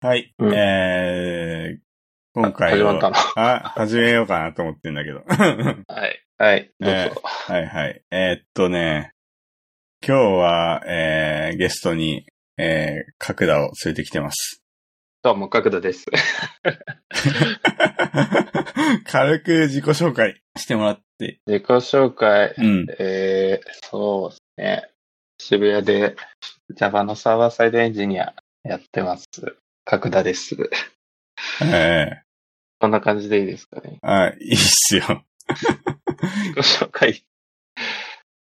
はい。うんえー、今回始はまったな。あ、始めようかなと思ってんだけど。 ははい。はい。どうぞ。えいはい。えーっとね、今日は、えー、ゲストに、えー、角田を連れてきてます。 どうも、角田です。軽く自己紹介してもらって。 自己紹介。うん。えー、そうですね。渋谷で Java のサーバーサイドエンジニアやってます。角田です。えこんな感じでいいですかね。ー、あ、いいっすよ。自己紹介。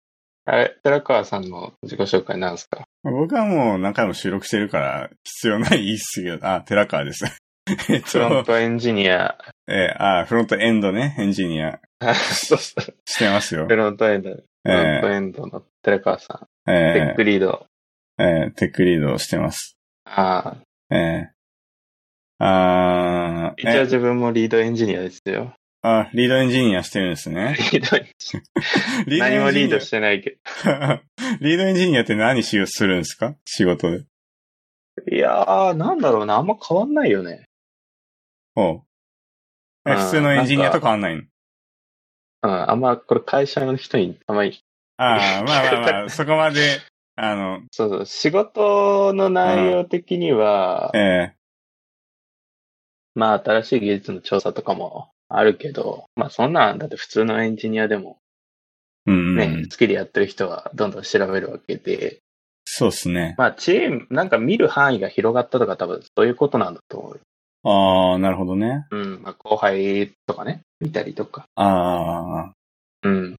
あれ、寺川さんの自己紹介なんですか僕はもう何回も収録してるから、必要ないいっすけど、あ、寺川です。 えっフロンと、トエンジニア。えー、あ、フロントエンドね、エンジニア そうそうしてますよフ。ロントエンド。フロンえトエンドの寺川さーん。テッえクリード。ーえーテックリードをしてます。ああ。えー、あー一応え自分もリードエンジニアですよ。あ、リードエンジニアしてるんですね。リードエンジニア リ何もリードししてないけ リードエンジニアって何しようするんですか仕事で。ど。いやー、なんだろうな、あんま変わんないよね。おうえうん普通のエンジニアと変わんないのうん、あんま、これ会社の人に、あんまり、ああ、まあまあま あ、そこまで、あの、そうそう、仕事の内容的には、えまあ、新しい技術の調査とかもあるけど、まあ、そんなん、だって普通のエンジニアでもーうん、ね、好きでやってる人はどんどん調べるわけで、そうですね。まあ、チーム、なんか見る範囲が広がったとか多分そういうことなんだと思う。ああ、なるほどね。うん、まあ、後輩とかね、見たりとか。あうん。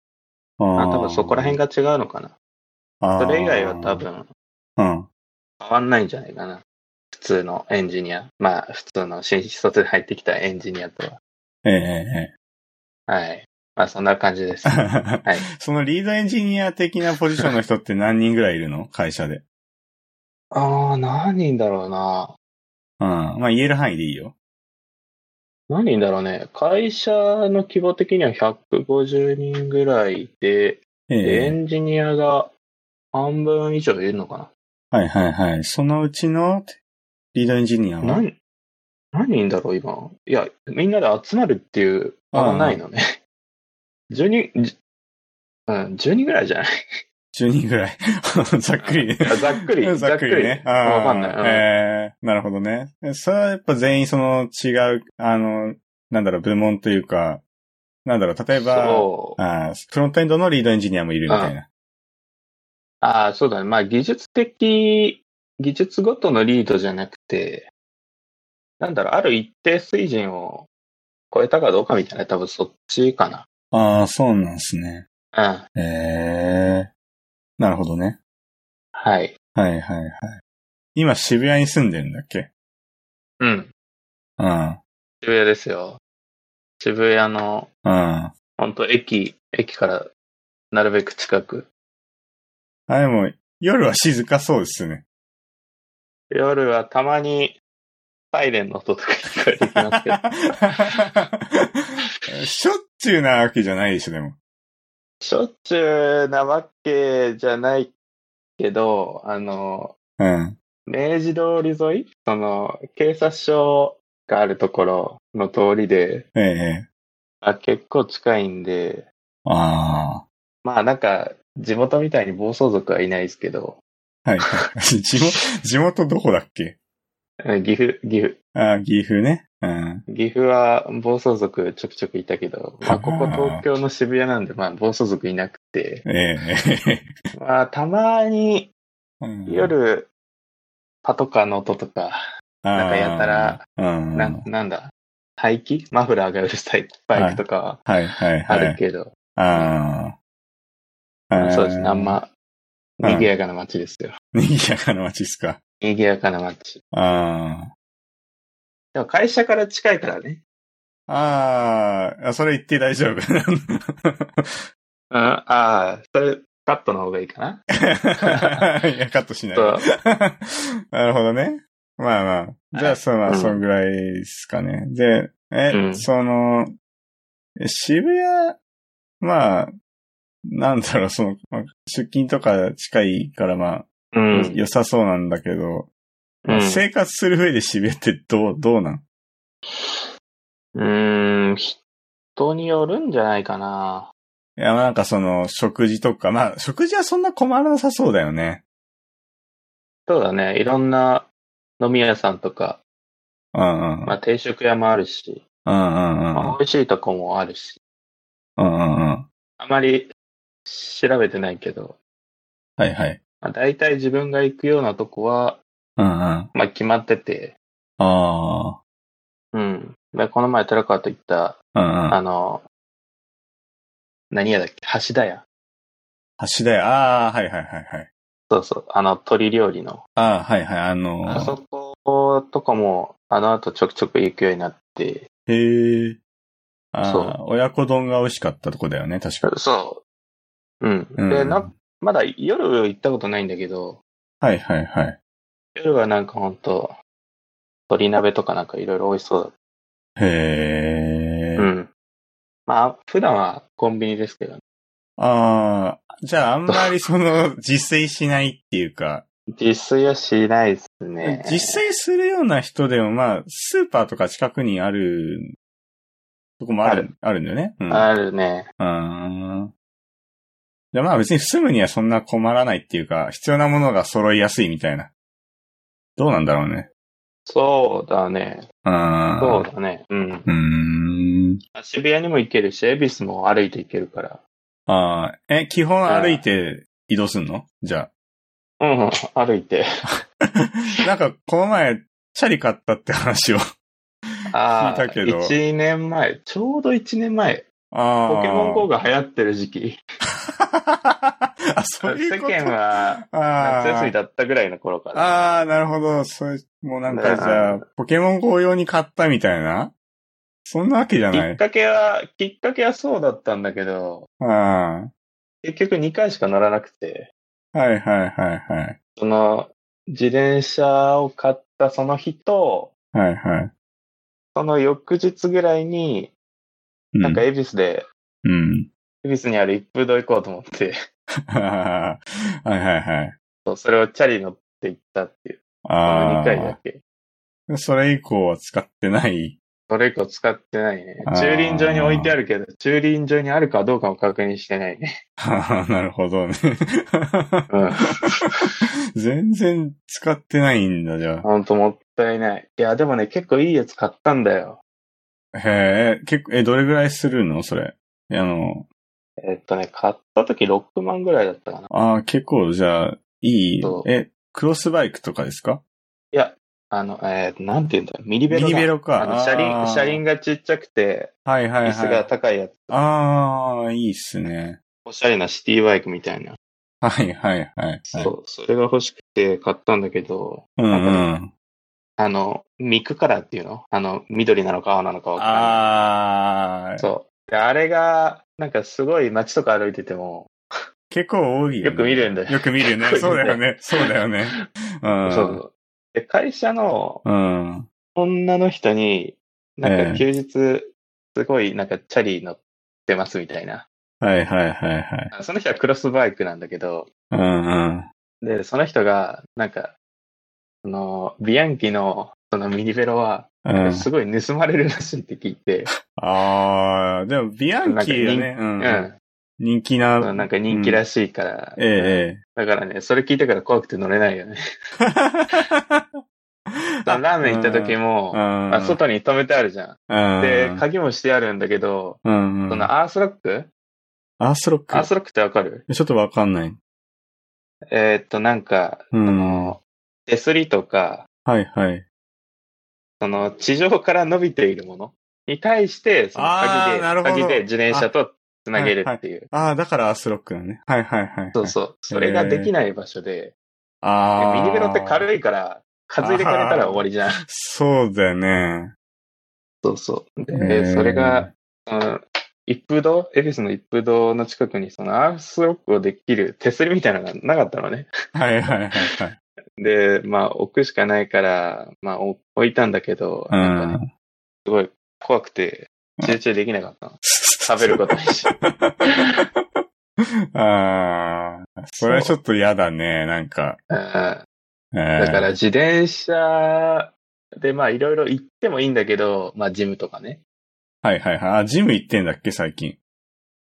あ、まあ、あ多分そこら辺が、が違うのかな。それ以外は多。分、うん。変わんないんじゃないかな。普通のエンジニア。まあ、普通の新卒で入ってきたエンジニアとは。ええええはい。まあ、そんな感じ です。はい。そのリードエンジニア的なポジションの人って何人ぐらいいる の会社で。ああ、何人だろうな。うん。まあ言える範囲でいいよ。何人だろうね。会社の規模的には150人ぐらいで、えエえンジニアが半分以上いるのかはいはいはい。そのうちのリードエンジニアな。は何、何人だろう、今。いや、みんなで集まるっていう、あんまないのね。10人、じうん、10人ぐらいじゃない10人ぐらい。 ざっくり。あざっく り、ざっくりね。ざっくりわかんあないーうん。ええなるほどね。それはやっぱ全員その違う、あの、なんだろう、部門というか、なんだろう、例えば、そう。あーフロントエンドのリードエンジニアもいるみたいな。ああ、そうだね。まあ、技術的、技術ごとのリードじゃなくて、なんだろう、ある一定水準を超えたかどうかみたいな、多分そっちかな。ああ、そうなんですね。うん。ええなるほどね。はい。はいはいはい。今渋谷に住んでるんだっけうん。うん。渋谷ですよ。渋谷の、うん。あほんと駅、駅から、なるべく近く。でも、夜は静かそうですね。 夜はたまに、サイレンの音とか聞こえてきます けど。しょっちゅうなわけじゃないでしょ、でも。しょっちゅうなわけじゃないけど、あの、うん。明治通り沿いその、警察署があるところの通りで、ええ。あ結構近いんで、あまあなんか、地元みたいに暴走族はいないですけど、あ。はいはい。 地元、地元どこだっけえ岐阜、岐阜、あー岐阜ね。うん。岐阜は暴走族ちょくちょくいたけど、まあここあー東京の渋谷なんで、まあ暴走族いなくて、ええ。まあたまにうん夜、パトカーの音とか、なんかやたら、あーうん。なんなんだ、排気マフラーがうるさいバイクとかははいはいあはるい。けど、ああ。そうですね、あん。ま、うん賑やかな街ですよ。賑やかな街っすか。賑やかな街。ああ。でも会社から近いからね。あーあ、それ言って大丈夫。 うん、ああ、それ、カットの方がいいかな。いや、カットしない。そう なるほどね。まあまあ。じゃはあ、いそまあ、うんそんぐらいですかね。で、え、うんその、渋谷、まあ、なんだろう、その、まあ出勤とか近いから、まあ、うん。良さそうなんだけど、うん。生活する上でシビアってどう、どうなんうーん、人によるんじゃないかな。いや、なんかその、食事とか、まあ、食事はそんな困らなさそうだよね。そうだね。いろんな飲み屋さんとか、うんうん。うんまあ定食屋もあるし、うんうん。まあ、美味しいとこもあるし、うんうんうん。あまり調べてないけど、はいはい。まあ、大体自分が行くようなとこは、うんうん。あまあ決まってて、あうん。でこの前寺川と行った、ー。うんうあん。の、何屋だっけ橋田屋。橋だよ。ああ、はいはいはいはい。そうそう。あの、鳥料理の。ああ、はいはい。あのあそことかも、あの後ちょくちょく行くようになって、へえ。あそあ、親子丼が美味しかったとこだよね、確か。そう。うん。うんで、な、まだ夜行ったことないんだけど、はいはいはい。夜はなんかほんと、鶏鍋とかなんかいろいろ美味しそうだっへえ。た。うん。まあ、普段はコンビニですけど、ああ、じゃああんまりそ の、実践しないっていうか、自炊はしないですね。実践するような人でもまあ、スーパーとか近くにある、とこもある、あるんだよね。うん。あるね。うん。じゃあまあ別に住むにはそんな困らないっていうか、必要なものが揃いやすいみたいな。どうなんだろうね。そうだね。うん。そうだね。うん。うーん。渋谷にも行けるし、恵比寿も歩いて行けるから。ああ、え、基本歩いて移動すんのじゃうんうん、歩 いて。 あ。なんか、この前、チャリ買ったって話を。ああ、聞いたけど1年前、ちょうど1年前、ああ。ポケモン GO が流行ってる時期、 あ、世そういうこと間はあ夏休みーだったぐらいの頃から。あー、なるほど。それ、もうなんかじゃあね、ポケモン GO 用に買ったみたいなそんなわけじゃきなっい。かけは、きっかけはそうだったんだけど、ああ。結局2回しか乗らなくて、はいはいはいはい。その、自転車を買ったその日と、はいはい。その翌日ぐらいに、うなんか恵比寿で、うん。 恵比寿にある一風堂行こうと思って、はいはいはい。そうそれをチャリ乗って行ったっていう。そのあ2回だあ。け。それ以降は使ってない。 それ以降使ってないねあー。駐輪場に置いてあるけど、駐輪場にあるかどうかも確認してないね。あーなるほどね。 うん。全然使ってないんだ、じゃほんともったいない。いや、でもね、結構いいやつ買ったんだよ。あ。へえ、結構、え、どれぐらいするのそれ。あの、えっとね、買った時6万ぐらいだったかな。ああ、結構、じゃあ、いいそ。うえ、クロスバイクとかですかいや、あの、えー、なんて言うんだろう、ミリベミロだ。ニベロか。あの、車あ輪、ー車輪がちっちゃくて、はいはい椅子はがい。高いやつ。ああ、いいっすね。おしゃれなシティバイクみたいな。はいはいはい。そ。う、それが欲しくて買ったんだけど、うんうん。あの、ミックカラーっていうのあの、緑なのか青なのかわからない。ああ、そう。であれが、なんかすごい街とか歩いてても、結構多いよ、ね。よく見るんだよ。よく見る ね。そうだよね。そうだよね。うん。そう。で、会社のうん。女の人に、なんええか休日、すごいなんかチャリ乗ってますみたいな。はいはいはいはい。あその人はクロスバイクなんだけど、うんうん。で、その人が、なんか、その、ビアンキの、そのミニベロは、うん、すごい盗まれるらしいって聞いて、ああ、でも、ビアンキーがね、ううんん、人気な。そうなんか人気らい。しいから、えええだからね、それ聞いてから怖くて乗れないよね。 ラーメン行った時も、も、うんまあ、外に止めてあるじゃ。うんん、で、鍵もしてあるんだけど、うんうん、そのアースロックアースロックアースロックってわかるちょっとわかんない。えーっと、なんか、うんその、手すりとか、はいはい。その、地上から伸びているものに対して、そのあーなる鍵ほどで、鍵で自転車とつなげるっていう。ああ、だからアースロックだね。はいはいはい。そうそう。それができない場所で、ああ。ミニベロってい。軽いから、風入れかれたら終わりじゃん。そうだよね。そうそう。へーで、それが、その一風堂、恵比寿の一風堂の近くに、そのアースロックをできる手すりみたいなのがなかったのね。はいはいはいはい。で、まあ、置くしかないから、まあ、お置いたんだけど、う なんかんね、すごい怖くて、集中できなかったの。食べることにし。ああ、それはちょっと嫌だね、なんか。うんえーだから自転車でまあいろいろ行ってもいいんだけど、まあジムとかね。はいはいはい。あ、ジム行ってんだっけ、最近。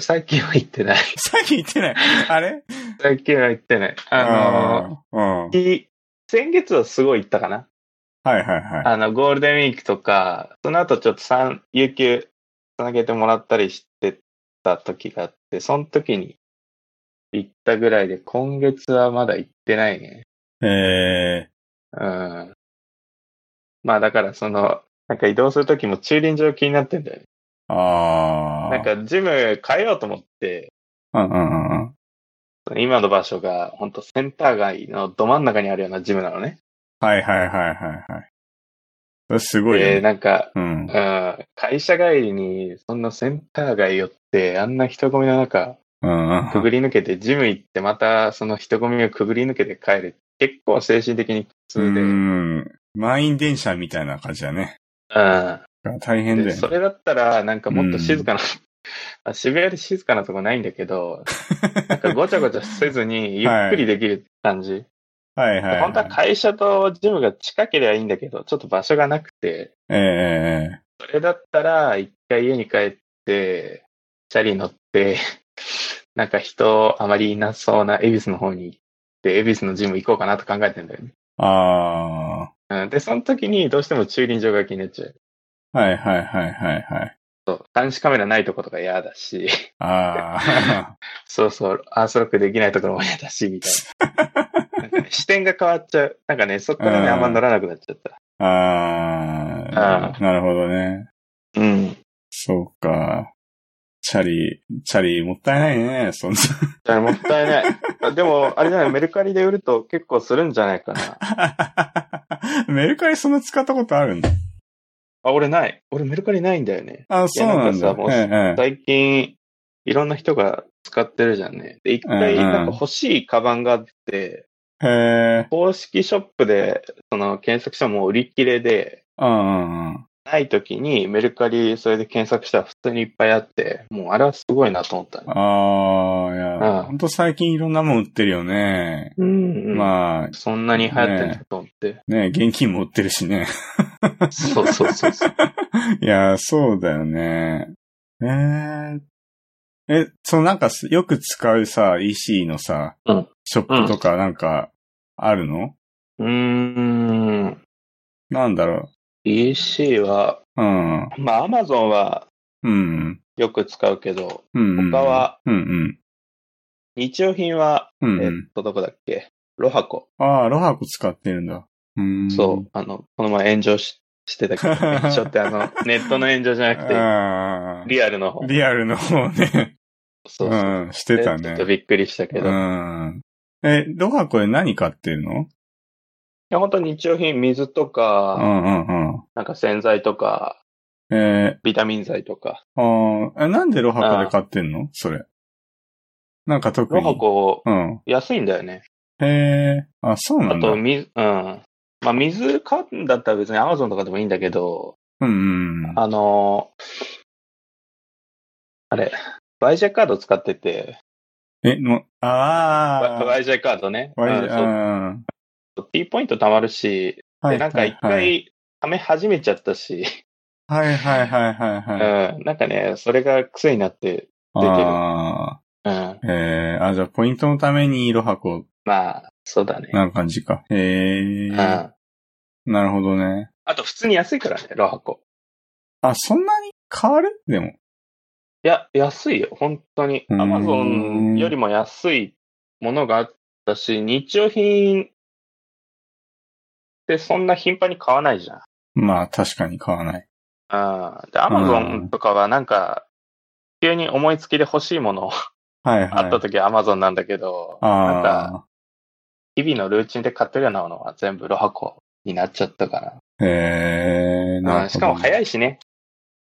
最近は行ってない。最近行ってない。あれ最近は行ってない。あうん。うんの、い先月はすごい行ったかな。はいはいはあの、ゴールデンウィークとか、その後ちょっと3、有給つなげてもらったりしてた時があって、その時に行ったぐらいで、今月はまだ行ってないね。い。えうん。まあだからその、なんか移動する時も駐輪場気になってんだよね。ー、あー。なん、かジム変えようと思って、うんうんうんうん。その今の場所が本当センター街のど真ん中にあるようなジムなのね。はいはいはいはいはい。それすごいよねで、なんか、うん。うん、会社帰りにそんなセンター街寄って、あんな人混みの中、うんうん。くぐり抜けて、ジム行って、またその人混みをくぐり抜けて帰る。結構精神的に苦う痛で。うん。ん。満員電車みたいな感じだね。大変だで、よそね。れだったら、なんかもっと静かな、あ渋谷で静かなとこないんだ けど、なんかごちゃごちゃせずに、ゆっくりできる感じ。はいはいはい。本当は会社とジムが近ければいいんだけど、ちょっと場所がなくて、ええええそれだったら、一回家に帰って、チャリ乗って、なんか人あまりいなそうな恵比寿の方に行って、恵比寿のジム行こうかなと考えてんだよね。あうんで、その時にどうしても駐輪場が気になっちゃう。あ。はいはいはいはいはい。そう監視カメラないとことか嫌だし、 あそうそう、アースロックできないところも嫌だし、みたいな。なんかね視点が変わっちゃう。なんかね、そこからね、うんあんま乗らなくなっちゃった。 あ。ああ。なるほどね。うん。そうか。チャリ、チャリもったいないね。そんな。 だからもったいない。 でも、あれじゃない、メルカリで売ると結構するんじゃないかな。メルカリそんな使ったことあるんだ。あ、俺ない。俺メルカリないんだよね。あそうなんだいやなんかさも。うええええ最近、いろんな人が使ってるじゃんね。で、一回、うんうんなんか欲しいカバンがあって、へえ。公式ショップで、その検索したらもう売り切れで、うんうんうん。ない時にメルカリそれで検索したら普通にいっぱいあって、もうあれはすごいなと思ったね。ああ、いうんや、ほんと最近いろんなもん売ってるよね。うんまあ、あ、そんなに流行ってんだと思って。ね、現金も売ってるしね。そうそうそうそう。いや、そうだよね。えー、え、そのなんかすよく使うさ、EC のさ、うんショップとかなんかあるの、うーん。なんだろ EC は、う。うん。まあ Amazon はうん。よく使うけど、うん。他は、うんうん。日用品は、うん、えうっん。と、どこだっけロハコ。ああ、ロハコ使ってるんだ。うん。そう。。あの、この前炎上ししてたけど、 炎上ってあの、ネットの炎上じゃなくて、ああ。リアルの方。リアルの方ね。そううそう。ん、してたちょねっと。びっくりしたけど。ういん。え、ロハコで何買ってるのや、本当日用品、水とか、うんうんうん。なんか洗剤とか、えー、ビタミン剤とか。ああ、えなんでロハコで買ってんのそれ。なんか特に。ロハコ、うん。安いんだよね。へえ、あ、そうなあんだ。と、うん水、うん。まあ、水買うんだったら別に Amazon とかでもいいんだけど、うんうん。あのーあれ、バイジャーカード使ってて、え、の、ババああ、イジャーカードね。ワイうんうそん。はう T ポイント貯まるし、いで、なんか一はいはい回、貯め始めちゃったし、はいはいはいはいはい。うん、なんかね、それが癖になって、あうん、あ、えー、あ、じゃあポイントのためにロハコ、まあ、そうだね。な感じか。へえう、ん。なるほどね。あと、普通に安いからね、ロハコ。あ、そんなに変わるでも。いや、安いよ、本当に。うーアんマゾンよりも安いものがあったし、日用品ってそんな頻繁に買わないじゃん。まあ確かに買わない。あーで、アマゾンとかはなんか、急に思いつきで欲しいもの はいはい。あった時はアマゾンなんだけど、なんあか、日々のルーチンで買ってるようなものは全部ロ箱になっちゃったかあ、へえ、なるほどら。うねん、しかも早いしね。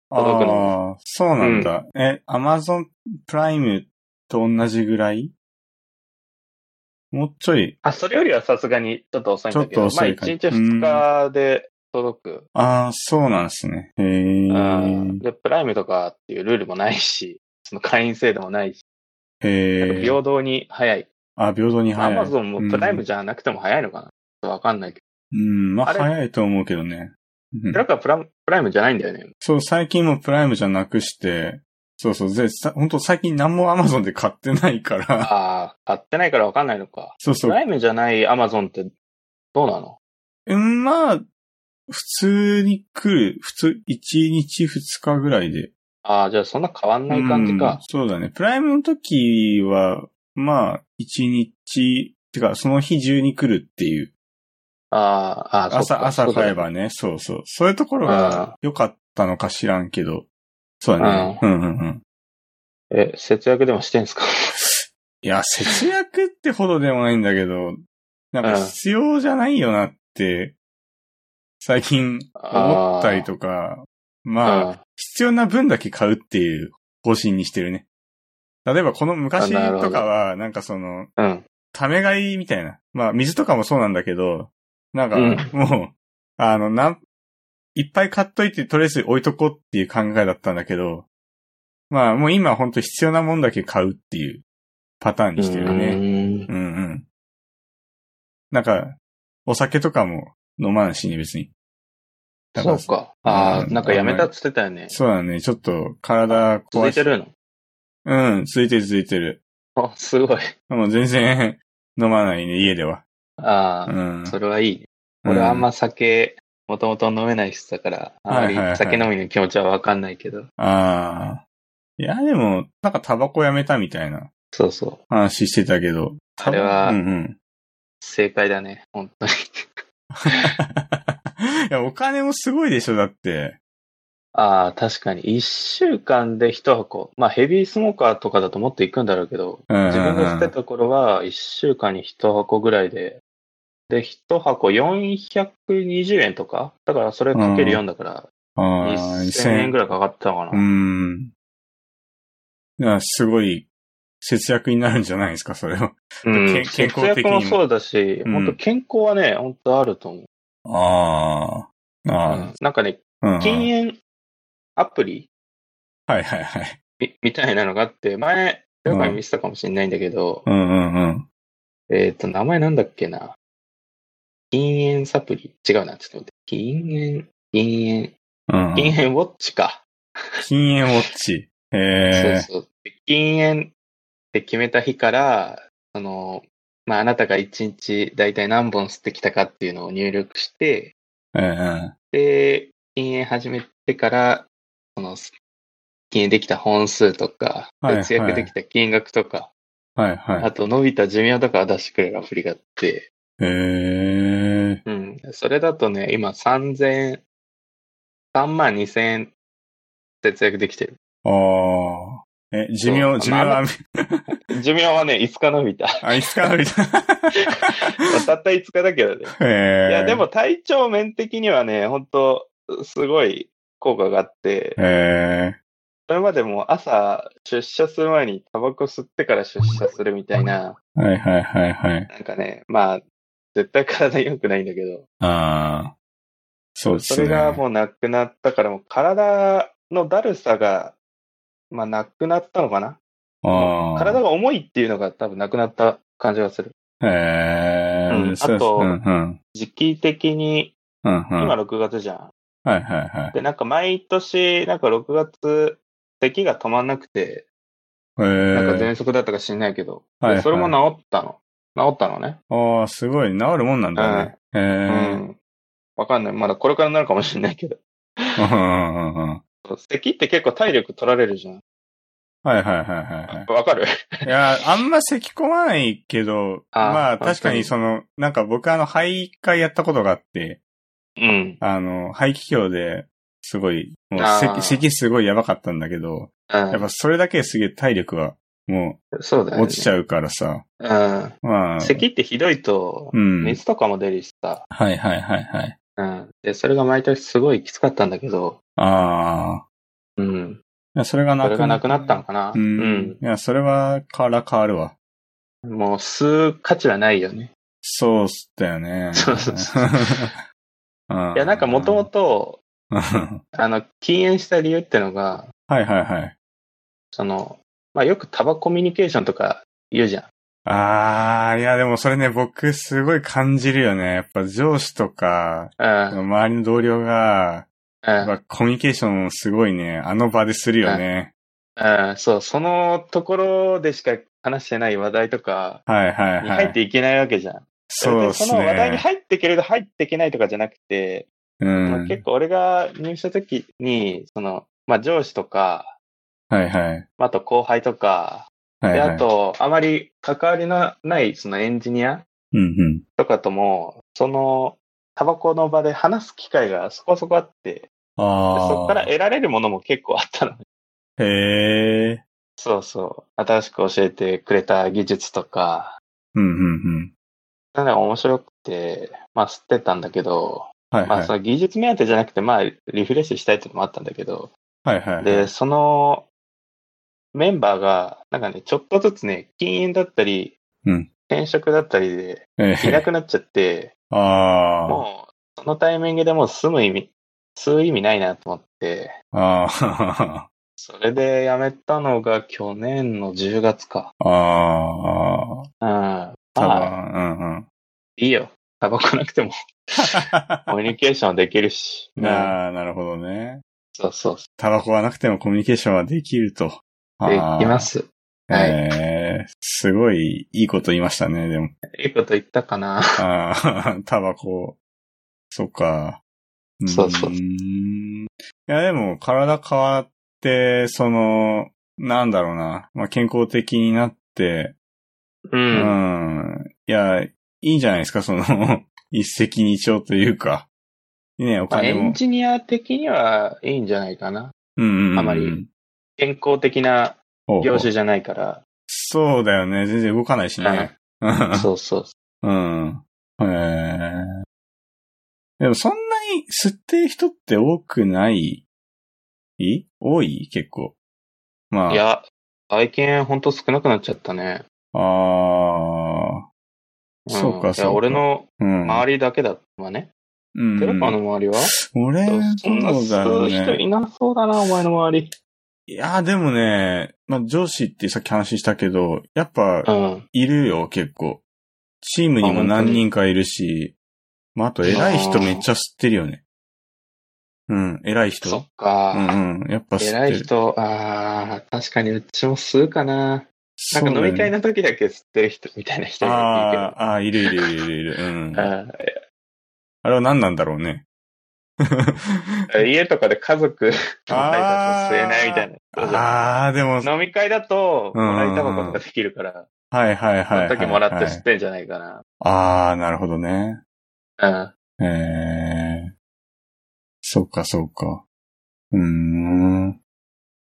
届くあのあ、そうなんだ。え、アマゾンプライムと同じぐらいもうちょい。あ、それよりはさすがにちょっと遅いんだけど、ちょまっと遅あい1か日2日で届く。ああ、そうなんですね。へえ。うんで、プライムとか っていうルールもないし、その会員制度もないし、へえ。平等に早い。あ、平等にア早い。マゾンもプライムじゃなくても早いのかなわかんないけうん、まああれ早いと思うけどね。うんど。だからプラプライムじゃないんだよね。そう、最近もプライムじゃなくして、そうそう、で、さ本当最近何もアマゾンで買ってないから、ああ、買ってないからわかんないのか。そうプそう、ライムじゃないアマゾンってどうなのうん、まあ、普通に来る、普通、1日2日ぐらいで。ああ、じゃあそんな変わんない感じうんか。そうだね。プライムの時は、まあ、1日、てか、その日中に来るっていう。ああ、ああ、朝、朝買えね。ばね、そうそう。そういうところが良かったのか知らんけど。そうだね。うんうんうん。え、節約でもしてんすかいや、節約ってほどでもないんだけど、なんかうん必要じゃないよなって、最近 思ったりとか、まあ、あ必要な分だけ買うっていう方針にしてるね。例えばこの昔あなるほどとかは、なんかその、あ、うん。ため買いみたいな。まあ、水とかもそうなんだけど、なんか、うんもう、あの、なん、いっぱい買っといて、とりあえず置いとこうっていう考えだったんだけど、まあ、もう今ほんと必要なもんだけ買うっていうパターンにしてるね。ね。うんうん。なんか、お酒とかも飲まんしね、別に。だそらうか。ああ、うんなんかやめたって言ってたよね。そうだね、ちょっと体続壊いしてるのうん、続いてる続いてる。あ、すごい。もう全然 飲まないね、家では。あうあ、ん。それはいいね。俺はあんま酒、もともと飲めない人だから、あまはいはいはりい酒飲みの気持ちはわかんないけど。ああ。いや、でも、なんかタバコやめたみたいなそうそう。話してたけど。あれはうんうん。 正解だね。本当に。いや、お金もすごいでしょ、だって。ああ、確かに。一週間で一箱。まあヘビースモーカーとかだともっと行くんだろうけど、うんうんうん自分が捨てた頃は一週間に一箱ぐらいで、で、一箱420円とかだからそれかける4だから、ああ、 1000円ぐらい。らいかかったのかうな。ん。いや、すごい節約になるんじゃないですか、それは。うんけん健康的に節約ももそうだし、うん本当健康はね、本当あると思う。ああ。うんあなんかね、あ。うん。禁煙アプリはいはいはい。みみたいなのがあって、前、どっかに見せたかもしれないんだけど、うんうんうん。えっ、と、名前なんだっけな。禁煙サプリ違うな、ちょっと待って。禁煙、禁うん、煙、禁煙ウォッチか。禁煙ウォッチ。へえ。そうそう。禁煙って決めた日から、その、まあ、あなたが一日だいたい何本吸ってきたかっていうのを入力して、うんうんで、禁煙始めてから、その、禁煙できた本数とか、はいはい節約できた金額とか、はいはあと伸びた寿命とかを出してくれるアプリがあって、い。へえ。うん。それだとね、今3000、3万2000円節約できてる。ああ。え、寿そ命、う寿命まあは、寿命はね、5日伸 びた。あ、いつか伸びた。 たった5日だけどね。へいえ。や、でも体調面的にはね、本当すごい効果があって、へそれまでも朝出社する前にタバコ吸ってから出社するみたいな、え。はいはいはいはい。なんかね、まあ、絶対体良くないんだけど、ああ。そうですそね。れがもうなくなったから、もう体のだるさが、まあなくなったのかなああ。体が重いっていうのが多分なくなった感じがする。へえ。うんそうあとうんうん。時期的に、うんうん。今はい6月じゃん。はいはで、なんか毎年、なんか6月、咳が止まんなくて、い。へえ。なんか喘息だったか知んないけど、はいはでいそれも治ったの。治ったのね。ああ、すごい。治るもんなんだね。へうえ。ん。わかんない。まだこれからなるかもしれないけど。うんうんうんうん。咳って結構体力取られるじゃん。はいはいはいはいはい。わか るいや、あんま咳込まないけど、あーまあ本当に確かにその、なんか僕あの肺一回やったことがあって、うん。あの、肺気胸ですごい、もうあー咳、咳すごいやばかったんだけど、うんやっぱそれだけですげえ体力はもそうだようね。落ちちゃうからさ、ゃまうあん。、咳ってひどいとう、ん。熱とかも出るしさ。はいはいはいはい。うん。で、それが毎年すごいきつかったんだけど、あうん。あ、それがなそくれがなくなったのかな。うん。いや、それはから変わるわ。うんもう吸う価値はないよね。そうっすだよね。そうそ うそううんいや、なんかもともと、 はあの、禁煙した理由ってのが、いはいはい。その、まあ、よくタバコミュニケーションとか言うじゃん。あー、いやでもそれね、僕すごい感じるよね。やっぱ上司とか、うん。周りの同僚が、うやっん。ぱコミュニケーションすごいね、あの場でするよね。うん。そう、そのところでしか話してない話題とかはいはいには入っい。ていけないわけじゃん。そうでですその話題ね。に入っていけると入っていけないとかじゃなくて、うまあん。結構俺が入社した時に、その、まあ上司とか、はいはい。あと後輩とか、はいで、はいあ。と、あまり関わりのないそのエンジニアうんうん。とかとも、その、タバコの場で話す機会がそこそこあって、でああ。そこから得られるものも結構あったの。へえ。そうそう。新しく教えてくれた技術とか、うんうんうん。なんか面白くて、まあ吸ってたんだけど、はいまはあいそ。の技術目当てじゃなくて、まあリフレッシュしたいっていうのもあったんだけど、はいはい。で、そのメンバーが、なんかね、ちょっとずつね、禁煙だったり、うん転職だったりで、えいなえ。くなっちゃって、 あもう、そのタイミングでもう住む意味、吸う意味ないなと思って、あ。 あそれで辞めたのが去年の10月か。あ。ああ。うん。ま多あ、分、うんう ん。いいよ。タバコなく てもコミュニケーションはできるし。うん。ああ、なるほどね。そうそうそタバコはなくてもコミュニケーションはできると。。う。できますす。はいえー、すごいいいこと言いましたね、でも。いいこと言ったかな。ああ、 タバコ。そっか。ーんそうそういや、でも、体変わって、その、なんだろうな。まあ、健康的になって、う。うんん。いや、いいんじゃないですか、その、 一石二鳥というか。ね、おまあ、金エもン。ジニア的にはいいんじゃないかな。うんうんうん。あまり健康的なほうほう業種じゃない から。そうだよね。全然動かないしね。そうそう。うん。へえ。でもそんなに吸ってる人って多くないい多い結構。まあ。いや、愛犬ほんと少なくなっちゃったね。ああ。んそうかいそうや、か俺のうん。周りだけだったわね。うん、テロパの周りは俺、そんなそうだよ吸う人ね。いなそうだな、お前の周り。いや、でもね、まあ上司ってさっき話したけど、やっぱうん。いるよ、結構。チームにも何人かいるし、まあ、あと偉い人めっちゃ吸ってるよね。うん、偉い人。そっうか。んうん。やっぱ吸ってる。偉い人、あー、確かにうちも吸うかな。そなうんだよね、か飲み会の時だけ吸ってる人みたいな人があーあー、いるいるいるいるいる。うんいる。けど。うんあれは何なんだろう ね。家とかで家族 のあータバコ吸えないみたいなそうじゃああ、でも、ん。飲み会だと、うんもらいタバコとかできるから、はいはいそはいはい、のはい。時もらって吸ってんじゃないかああ、なるほどね。な。うん。ええー。そうかそうか。うーん。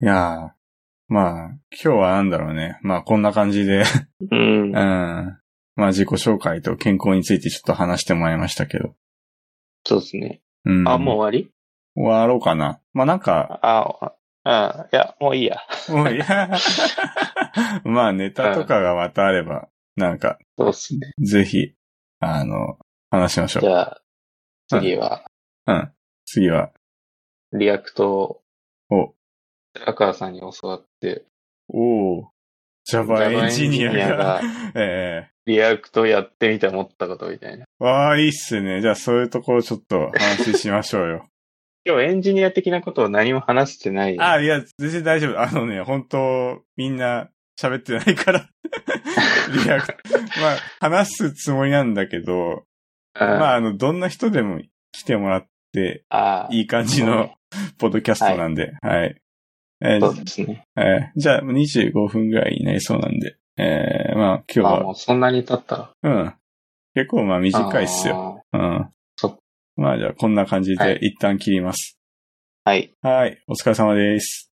いやーまあ、今日はなんだろうね。まあ、こんな感じで、うんうん。まあ、自己紹介と健康についてちょっと話してもらいましたけど。そうですね。うん。あ、もう終わりう。終わろうかな。まあ、なんか、あ、あ、いや、もういいや。もういや。まあ、ネタとかがまたあれば、なんか、そうっすね。ぜひ、あの、話しましょじう。ゃあ、次は、うん。次は、リアクトお、を寺川さんに教わって、おー、Java エンジニアジャがバエンジ、 えリアクトやってみて思ったことみたいな。えわあ、いいっすね。じゃあ、そういうところちょっと話しましょうよ。今日エンジニア的なことを何も話して ない。あ、いや、全然大丈夫。あのね、本当みんな喋ってない から。リアクまあ、話すつもりなんだけど、うん、まああ、あの、どんな人でも来てもらって、あ、いい感じのポッドキャストなんで、はい。えそうーですね。えーじゃあ、25分ぐらいになりそうなんで、えーまあ、今日まあは、もうそんなに経ったら。うん。結構、まあ、短いっすよ。よ。うんそ。まあ、じゃあ、こんな感じはでい一旦切ります。はい。はい。お疲れ様です。